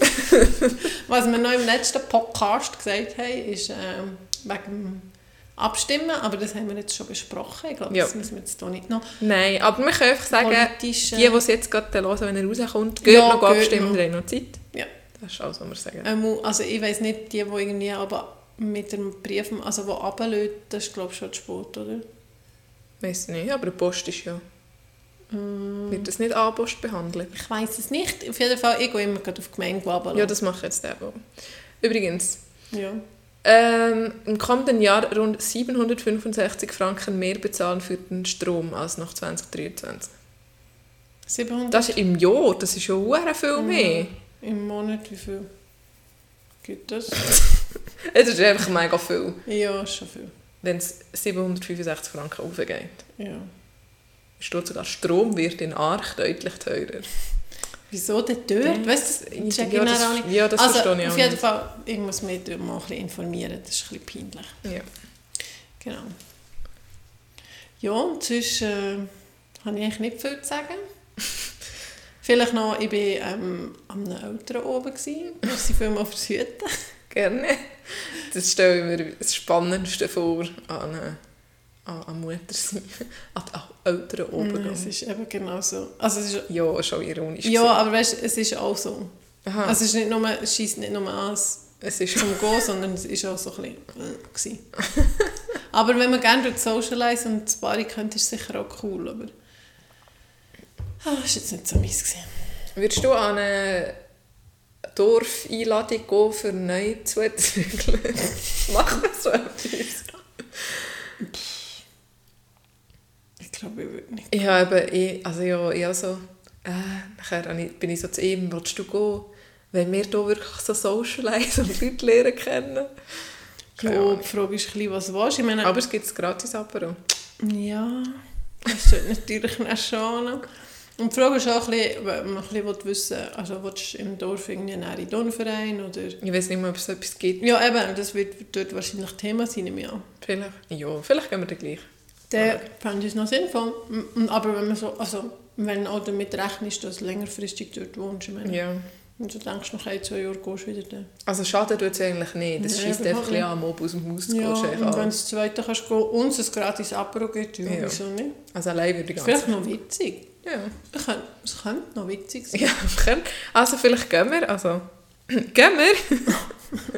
S1: Was wir noch im letzten Podcast gesagt haben, ist ähm, wegen dem Abstimmen, aber das haben wir jetzt schon besprochen. Ich glaube,
S3: Ja.
S1: das müssen wir jetzt hier nicht noch
S3: Nein, aber wir können einfach sagen,
S1: politisch...
S3: die,
S1: äh,
S3: die es jetzt gerade hören, wenn er rauskommt, geht
S1: Ja,
S3: noch
S1: geht
S3: abstimmen,
S1: noch.
S3: wir haben noch Zeit.
S1: Ja.
S3: Das ist alles, was wir sagen.
S1: ähm, also, ich weiss nicht, die, die irgendwie aber mit dem Brief, also die runterlässt, das ist glaube ich schon zu spät, oder?
S3: Weiss nicht, aber die Post ist ja...
S1: Mm,
S3: Wird das nicht A-Post behandelt?
S1: Ich weiss es nicht. Auf jeden Fall, ich gehe immer gerade auf die Gemeinde runterlassen.
S3: Ja, das mache ich jetzt eben. Übrigens,
S1: ja.
S3: Ähm, Im kommenden Jahr rund 765 Franken mehr bezahlen für den Strom als noch 2023.
S1: 700
S3: Das ist im Jahr, das ist schon sehr viel
S1: Mhm.
S3: mehr.
S1: Im Monat, wie viel gibt das?
S3: Es ist einfach mega viel,
S1: ja, ist schon viel.
S3: wenn es 765 Franken aufgeht.
S1: Ja.
S3: Steht sogar, Strom wird in Arch deutlich teurer.
S1: Wieso denn dort? Weißt du, das check ich
S3: ja,
S1: dann auch
S3: das,
S1: nicht.
S3: ja, das
S1: also,
S3: verstehe ich
S1: auf
S3: auch
S1: jeden
S3: nicht.
S1: Fall, ich muss mich darüber mal ein bisschen informieren. Das ist ein bisschen peinlich.
S3: Ja.
S1: Genau. Ja, und sonst äh, habe ich eigentlich nicht viel zu
S3: (laughs)
S1: sagen. Vielleicht noch, ich war ähm, an einem Eltern oben. gewesen. Merci vielmals fürs Hüten.
S3: Gerne. Das stelle ich mir das Spannendste vor an, äh, an, an Mutter sein, (laughs) an die Eltern oben.
S1: Nein, Es ist eben genau so. Also, es ist,
S3: Ja, schon ironisch.
S1: ja,
S3: gewesen.
S1: aber weißt, es ist auch so.
S3: Aha.
S1: Also, es ist nicht nur, es schießt nicht nur an, es
S3: es ist
S1: zum Gehen, sondern es war auch so ein bisschen... (laughs) äh, gewesen. aber wenn man gerne socialise und das Bari könnte, ist es sicher auch cool, aber... Ah, das war jetzt nicht so meins. Gewesen.
S3: Würdest du an eine Dorfeinladung gehen für neue (laughs) Zuzügler? Machen wir so etwas?
S1: Ich glaube, ich würde nicht.
S3: Ich habe eben, eh- also ja, ich habe so, äh, nachher habe ich- bin ich so zu ihm, willst du gehen? Wenn wir hier wirklich so socialisen und Leute lernen kennen.
S1: Ja,
S3: Keine Ahnung.
S1: die Frage ist ein bisschen, was du willst. Ich meine,
S3: Aber es gibt ein gratis Apero.
S1: Ja, das sollte natürlich (laughs) dann schon. noch. Und die Frage ist auch ein bisschen, ob man ein bisschen will wissen also willst du im Dorf irgendwie einen Eridonverein oder...
S3: Ich weiß nicht mehr, ob es etwas gibt.
S1: Ja, eben, das wird dort wahrscheinlich Thema sein, nehme ich an.
S3: Vielleicht. Ja, vielleicht gehen wir dann gleich.
S1: Dann fände ich es noch sinnvoll. M- Aber wenn man so, also, wenn auch damit rechnest, dass du längerfristig dort wohnst, ich meine,
S3: Ja.
S1: und du denkst, nach ein, zwei Jahren gehst du wieder dann.
S3: Also schaden tut es eigentlich nicht. Das
S1: Nein,
S3: schießt einfach ein
S1: überhaupt
S3: bisschen an, ob aus dem Haus zu
S1: Ja,
S3: gehen, ist echt
S1: und wenn
S3: alles.
S1: das zweite kannst du gehen und es ein gratis Apero gibt, ja,
S3: Ja.
S1: wieso nicht?
S3: Also allein würde ich ganz...
S1: Vielleicht noch witzig.
S3: Ja.
S1: Es könnte, es könnte noch witzig
S3: (laughs)
S1: sein.
S3: Ja, können. Also vielleicht gehen wir, also... (clears throat) gehen wir?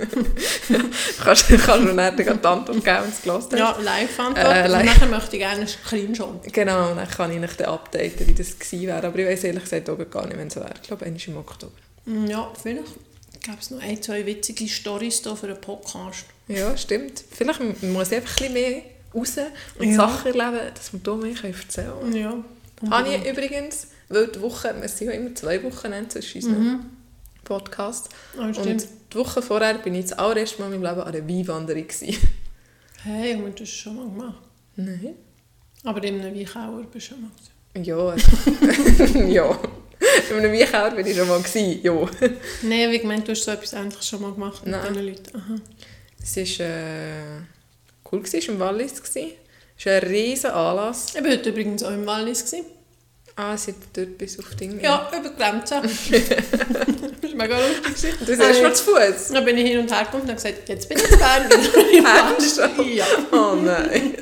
S1: (laughs)
S3: kannst, kannst du mir dann die Antwort geben, wenn du es gehört hast?
S1: Ja, Live-Antwort.
S3: Äh,
S1: und
S3: live.
S1: nachher möchte ich gerne einen Screenshot.
S3: Genau, dann kann ich nicht updaten, wie das gewesen wäre. Aber ich weiß ehrlich gesagt auch gar nicht, wenn es so wäre. Ich glaube, einmal im Oktober.
S1: Ja, vielleicht gäbe es noch ein, zwei witzige Storys hier für einen Podcast.
S3: Ja, stimmt. Vielleicht m- muss ich einfach ein bisschen mehr raus und
S1: Ja. Mhm.
S3: Sachen erleben, dass wir da mehr können erzählen können.
S1: Ja.
S3: Habe ich übrigens, weil die Woche, wir sind ja immer zwei Wochen zwischen unseren Podcasts.
S1: Mhm. Ah,
S3: Und
S1: stimmt.
S3: die Woche vorher bin ich das allererste Mal in meinem Leben an einer Weinwanderung. gewesen. (laughs)
S1: Hey, und das hast schon mal gemacht.
S3: Nein.
S1: Aber in einem Weinkeller bist du schon mal. gewesen.
S3: Ja. also, (laughs) ja. In einem Weinkeller bin ich schon mal. Gewesen. Ja.
S1: Nein, wie gemeint, du hast so etwas ähnliches schon mal gemacht mit
S3: Nein.
S1: diesen Leuten. Aha.
S3: Es war äh, cool, gewesen, es war im Wallis. gewesen. Es war ein riesiger Anlass.
S1: Ich war heute übrigens auch im Wallis. Gewesen.
S3: Ah, es hat dort bis auf Dinge.
S1: Ja, über die
S3: (laughs)
S1: Grenze. das war mega lustig. gewesen.
S3: Du bist erst mal zu Fuß.
S1: Dann bin ich hin und her gekommen und habe gesagt, jetzt bin ich in
S3: (laughs)
S1: Bern. wieder im Wallis.
S3: Ernsthaft?
S1: ja.
S3: Oh nein.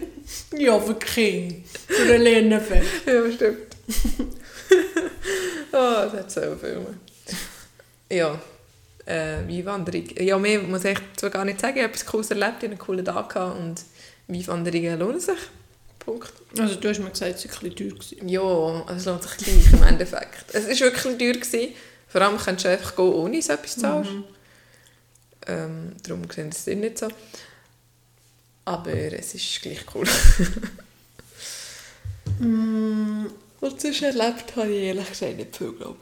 S1: ja, für King. Für den Lerneffekt.
S3: (laughs) ja, stimmt. (laughs) oh, das hat so Filme. Ja. Äh, Weinwanderung. Ja, mehr muss ich zwar gar nicht sagen. Ich habe etwas Cooles erlebt, ich hatte einen coolen Tag gehabt und Weinwanderungen lohnen sich. Punkt.
S1: Also du hast mir gesagt, es war ein bisschen teuer. Gewesen.
S3: Ja, es lohnt sich gleich im Endeffekt. (laughs) Es war wirklich teuer. Gewesen. Vor allem könntest du einfach gehen, ohne so etwas zu zahlen. Ähm, darum sehen sie es nicht so. Aber es ist gleich cool.
S1: Mm,
S3: (laughs) Und sonst erlebt habe ich ehrlich gesagt nicht viel, glaube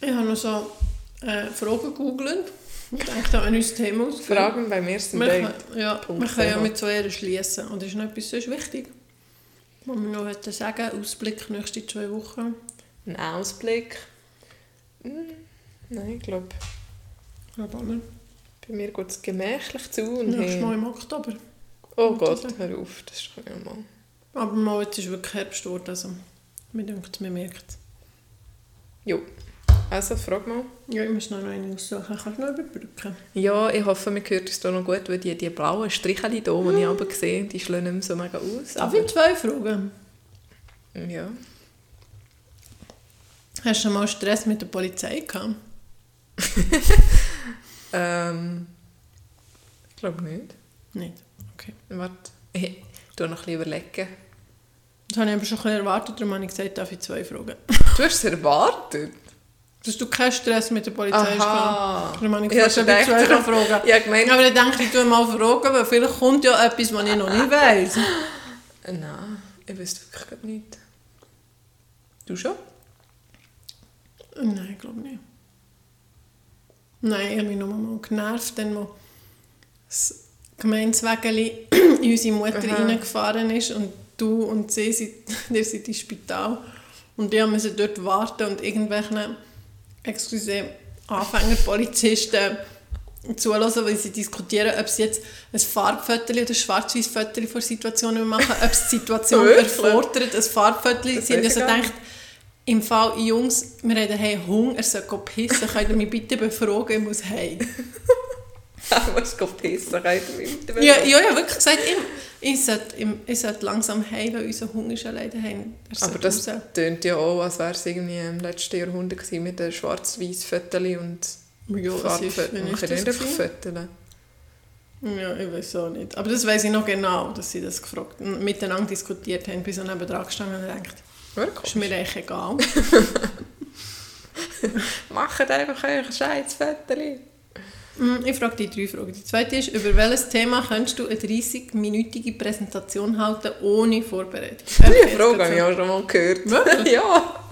S1: ich habe noch so äh, Fragen gegoogelt. Ich denke, da haben wir uns das Thema
S3: ich.
S1: ausgefüllt.
S3: Fragen beim ersten
S1: Wir
S3: Date.
S1: können, ja,
S3: Punkt
S1: wir können ja
S3: CH.
S1: mit zwei Jahren schließen. Und das ist noch etwas sonst wichtig. Was wir noch hätten sagen Ausblick nächste zwei Wochen.
S3: Ein Ausblick. Hm, nein, ich glaube,
S1: Aber wir
S3: bei mir geht es gemächlich zu. Und
S1: nächstes
S3: hey-
S1: Mal im Oktober.
S3: oh Gott, hör auf, das ist ja mal.
S1: Aber mal, jetzt ist wirklich Herbst geworden. Also, mir denkt, man merkt es.
S3: Jo. Also, frag mal.
S1: Ja, ich muss noch einen aussuchen. Kannst du noch überbrücken?
S3: Ja, ich hoffe, man hört uns hier noch gut, weil die, die blauen Striche hier, die ich aber sehe, die schlagen nicht mehr so mega aus.
S1: Darf ich zwei Fragen?
S3: Ja.
S1: Hast du schon mal Stress mit der Polizei gehabt?
S3: Ähm, ich glaube nicht.
S1: Nicht. Okay.
S3: Warte, ich tu noch ein bisschen überlegen.
S1: Das habe ich aber schon ein bisschen erwartet, darum habe ich gesagt, darf ich zwei Fragen.
S3: Du hast es erwartet?
S1: Dass du keinen Stress mit der Polizei hast gehabt. Darum habe ich
S3: Ich hab
S1: gefragt, ob ich zwei
S3: schon gedacht-
S1: Fragen
S3: Ich habe gemeint,
S1: Aber ich denke, ich tue mal fragen, weil vielleicht kommt ja etwas, was ich noch nicht weiss.
S3: nein, ich wüsste wirklich grad nicht. Du schon? (laughs)
S1: Nein, ich glaube nicht. Nein, ich habe mich nur mal genervt, dann, wo das Gemeinswägeli in unsere Mutter
S3: Aha.
S1: reingefahren ist und du und sie sind, (laughs) ihr seid im Spital und die mussten dort warten und irgendwelchen, excuse, Anfängerpolizisten zuhören, weil sie diskutieren, ob sie jetzt ein Farbfoto oder ein schwarz-weiß Foto von Situationen machen, ob es die Situation
S3: (laughs) Wirklich?
S1: erfordert, ein Farbfoto
S3: Das
S1: Sie haben ja
S3: weiß
S1: so
S3: ich gar
S1: gedacht, im Fall Jungs, wir haben hey, Hunger, er soll gehen pissen, könnt ihr mich bitte befragen, ich muss
S3: (laughs)
S1: heim.
S3: Du musst gehen pissen, könnt ihr mit dem
S1: ja, ja, ja, wirklich gesagt, ich, ich, sollte, ich, ich sollte langsam heim, weil unser Hunger ist allein daheim. Er
S3: Aber
S1: sollte
S3: das
S1: raus.
S3: tönt ja auch, als wäre es irgendwie im letzten Jahrhundert gewesen mit den schwarz weiß Fötterchen und
S1: ja, was ist,
S3: Farbfötterchen.
S1: wenn
S3: Man
S1: ist
S3: kann
S1: das
S3: nicht einfach
S1: gewesen?
S3: Fötterchen.
S1: Ja, ich weiß auch nicht. Aber das weiß ich noch genau, dass sie das gefragt und miteinander diskutiert haben, bis sie nebenan gestanden haben und gedacht,
S3: Wirklich?
S1: ist mir eigentlich egal. (laughs)
S3: Macht einfach euch ein scheiß Fötterchen.
S1: Mm, Ich frage dich drei Fragen. Die zweite ist, über welches Thema könntest du eine 30-minütige Präsentation halten ohne Vorbereitung? Äh,
S3: Die Frage habe ich auch schon mal gehört.
S1: Wirklich?
S3: (laughs) ja.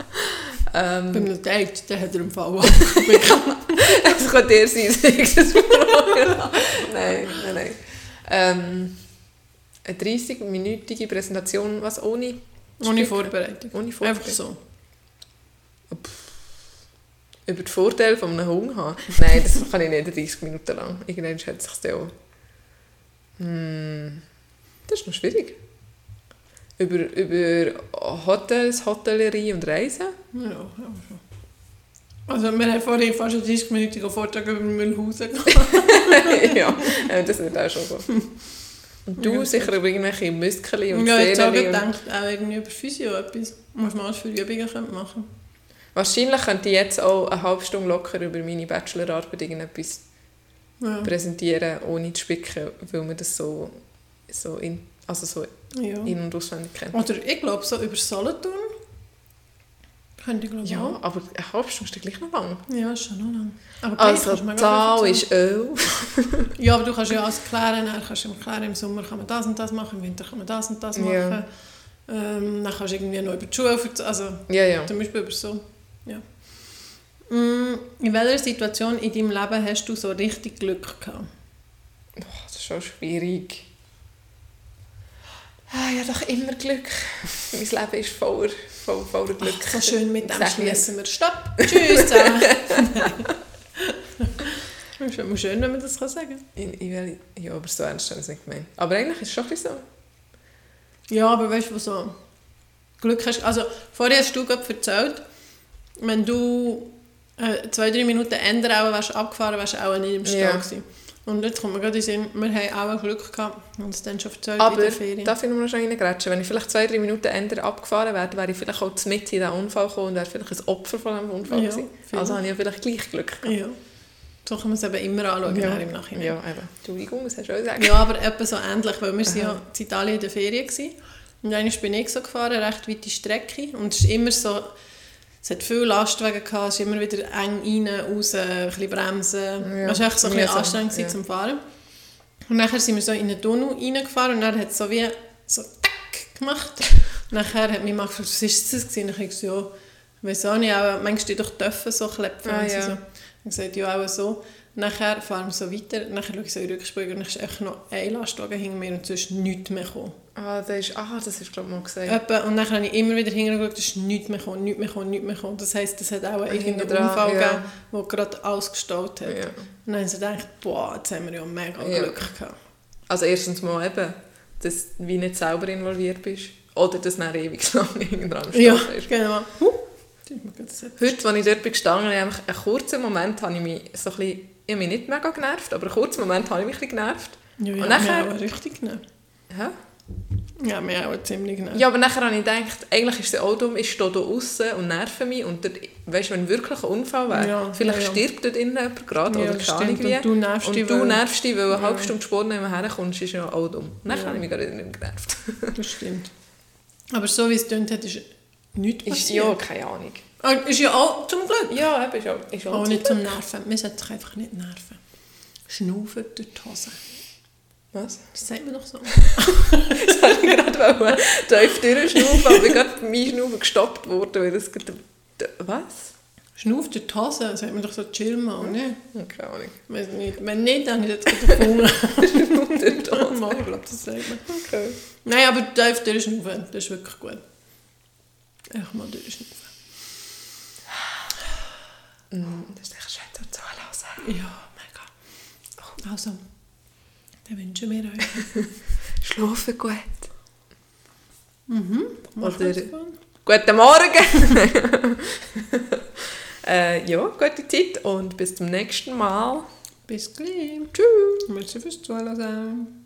S3: Ähm,
S1: Beim
S3: (laughs)
S1: Notate, der hat er im Fall (laughs) auch.
S3: Es kann dir (laughs) sein, dass ich das Problem habe. Nein, nein, nein. Ähm, eine 30-minütige Präsentation, was ohne
S1: Ohne
S3: Stück-
S1: Vorbereitung.
S3: Ohne Vorbereitung.
S1: Einfach so.
S3: Über die Vorteile von einem Hund haben. Nein, das kann ich nicht 30 Minuten lang. Irgendwann schätze ich es dann auch. Hm, das ist noch schwierig. Über, über Hotels, Hotellerie und Reisen. (laughs)
S1: Ja, ja schon. Also wir haben vorhin fast einen 30-minütigen Vortrag über Müllhausen gemacht.
S3: ja, äh, das wird auch schon gut. Und du
S1: Ja,
S3: sicher über irgendwelche Muskeln und
S1: ja, ich habe
S3: Sehnen. und-
S1: gedacht, auch irgendwie über Physio etwas. Was man alles für Übungen könnte machen
S3: Wahrscheinlich könnte ich jetzt auch eine halbe Stunde locker über meine Bachelorarbeit irgendetwas
S1: Ja.
S3: präsentieren, ohne zu spicken, weil man das so, so, in, also so
S1: ja.
S3: in- und auswendig kennt.
S1: Oder ich glaube, so über Solothurn könnte ich glaube
S3: Ja, eh, aber eine halbe Stunde ist dann gleich noch lang.
S1: auch. Ja, Ah, ist schon noch lang. Aber gleich
S3: Also,
S1: kannst du
S3: die
S1: mega
S3: Zahl
S1: viel
S3: ist auch.
S1: erzählen. Ja, aber du kannst ja alles klären. Dann kannst du ihm klären, im Sommer kann man das und das machen, im Winter kann man das und das machen.
S3: Ja.
S1: Ähm, dann kannst du irgendwie noch über die Schuhe erzählen. Also,
S3: Ja, ja.
S1: Zum Beispiel über so. Ja. Mm, In welcher Situation in deinem Leben hast du so richtig Glück gehabt?
S3: Boah, das ist schon schwierig. Ah, ich habe doch immer Glück. mein Leben ist voller, voller, voller Glück.
S1: Ach, so schön mit dem
S3: Sag mir.
S1: schließen wir. Stopp! Tschüss
S3: (laughs)
S1: zusammen! (laughs) Das ist immer schön, wenn man das kann sagen kann.
S3: Ich, ich will, ja, aber so ernst habe ich es nicht gemeint. Aber eigentlich ist es schon ein bisschen so.
S1: Ja, aber weißt du, wo so Glück hast? Also, vorher hast du gerade erzählt, wenn du äh, zwei, drei Minuten ändern wärst, abgefahren wärst, du auch nicht im Stau
S3: Ja.
S1: gewesen. Und jetzt kommt mir gerade in den Sinn, wir haben auch Glück gehabt und es dann schon erzählt in
S3: Aber
S1: der Ferien.
S3: darf ich nur noch schnell reingrätschen? Wenn ich vielleicht zwei, drei Minuten ändern abgefahren wäre, wäre ich vielleicht auch mit in diesen Unfall gekommen und wäre vielleicht ein Opfer von diesem Unfall
S1: Ja,
S3: gewesen.
S1: vielleicht.
S3: Also habe ich ja vielleicht gleich Glück gehabt.
S1: Ja. So kann man es eben immer anschauen dann im Nachhinein. Ja.
S3: Ja, eben. Entschuldigung, das hast du auch gesagt.
S1: aber etwa so ähnlich, weil wir sind ja in Italien in der Ferien gewesen. Und eigentlich bin ich so gefahren, eine recht weite Strecke. Und es ist immer so, es hat viele Lastwagen gehabt, es ist immer wieder eng rein, raus, ein bisschen bremsen.
S3: Ja.
S1: Es war echt so ein bisschen
S3: Mühsam,
S1: anstrengend gewesen
S3: ja.
S1: zum Fahren. Und nachher sind wir so in einen Tunnel reingefahren und dann hat es so wie so tack gemacht. Und nachher hat mich mal gefragt, was ist das gewesen? Und ich habe gesagt, ja, weiss auch nicht, aber manchmal die doch dürfen so klepfen.
S3: Ah,
S1: und sie
S3: ja.
S1: so. Und gesagt, ja, auch so. Nachher fahren wir so weiter, nachher schaue ich so in den Rückspiegel und dann ist echt noch ein Lastwagen hinter mir und sonst nichts mehr gekommen.
S3: Ah, das ist, ah, das hast du glaube ich mal gesagt.
S1: Etwa- Und dann habe ich immer wieder hingeschaut, es ist nichts mehr gekommen, nichts mehr gekommen, nichts mehr gekommen. Das heisst, es hat auch irgendeinen
S3: hinten dran,
S1: Unfall
S3: ja.
S1: gegeben, der gerade alles gestaut hat.
S3: Ja.
S1: Und dann haben sie gedacht, boah, jetzt haben wir ja mega
S3: Ja.
S1: Glück gehabt.
S3: Also erstens mal eben, dass du wie nicht selber involviert bist. Oder dass du dann ewig (laughs) lang irgendwann am Start
S1: Ja,
S3: bist.
S1: genau. Huh. Das ist mir gerade so-
S3: Heute, als ich dort bin gestanden bin, habe ich einen kurzen Moment habe ich mich so ein bisschen, ich habe mich nicht mega genervt, aber einen kurzen Moment habe ich mich ein bisschen genervt.
S1: Ja, ja,
S3: Und nachher-
S1: wir auch richtig genervt.
S3: Hä?
S1: Ja, wir auch ziemlich genervt.
S3: Ja, aber nachher habe ich gedacht, eigentlich ist es auch dumm, ich stehe hier außen und nerve mich. Und dort, weißt, wenn wirklich ein Unfall wäre,
S1: Ja,
S3: vielleicht
S1: ja, ja.
S3: stirbt dort innen jemand gerade
S1: Ja,
S3: oder
S1: das
S3: keine Ahnung
S1: stimmt.
S3: wie.
S1: Und du nervst dich,
S3: Und du
S1: weil-
S3: nervst dich, weil eine halbe
S1: Ja.
S3: Stunde Sport nicht mehr herkommst, ist ja auch dumm. Nachher
S1: Ja.
S3: habe ich mich gar nicht mehr genervt.
S1: Das stimmt. Aber so wie es tönt hat, ist nichts
S3: Ist,
S1: passiert.
S3: ja, keine Ahnung.
S1: Und ist ja auch zum Glück.
S3: Ja, eben, ist auch, ist auch
S1: Auch
S3: zu-
S1: nicht zum Nerven. Man sollte sich einfach nicht nerven. Schnaufen durch die Hose.
S3: Was? (laughs)
S1: Das sagt man doch so.
S3: Das wollte ich gerade wollen. tief durchschnaufen, aber ich bin gerade mein Schnaufen gestoppt worden, weil das gerade... Was?
S1: Schnauf durch die Hose, das sagt man doch so chill mal, ne?
S3: Hm, Keine Ahnung. (laughs)
S1: Weiss nicht. Wenn nicht, dann habe ich das gerade (laughs) gefunden.
S3: Durch
S1: (laughs)
S3: die Hose.
S1: Mal, ich glaube, das sagt man.
S3: Okay.
S1: Nein, aber tief durchschnaufen, das ist wirklich gut. Einfach mal durchschnaufen.
S3: Mm, Das ist echt schön zum Zuhören.
S1: Ja, mega. Also, dann wünschen wir euch.
S3: Schlafen gut.
S1: Macht's
S3: Oder-
S1: gut.
S3: Guten Morgen. (laughs) äh, ja, gute Zeit und bis zum nächsten Mal.
S1: Bis gleich.
S3: Tschüss.
S1: Merci fürs Zuhören.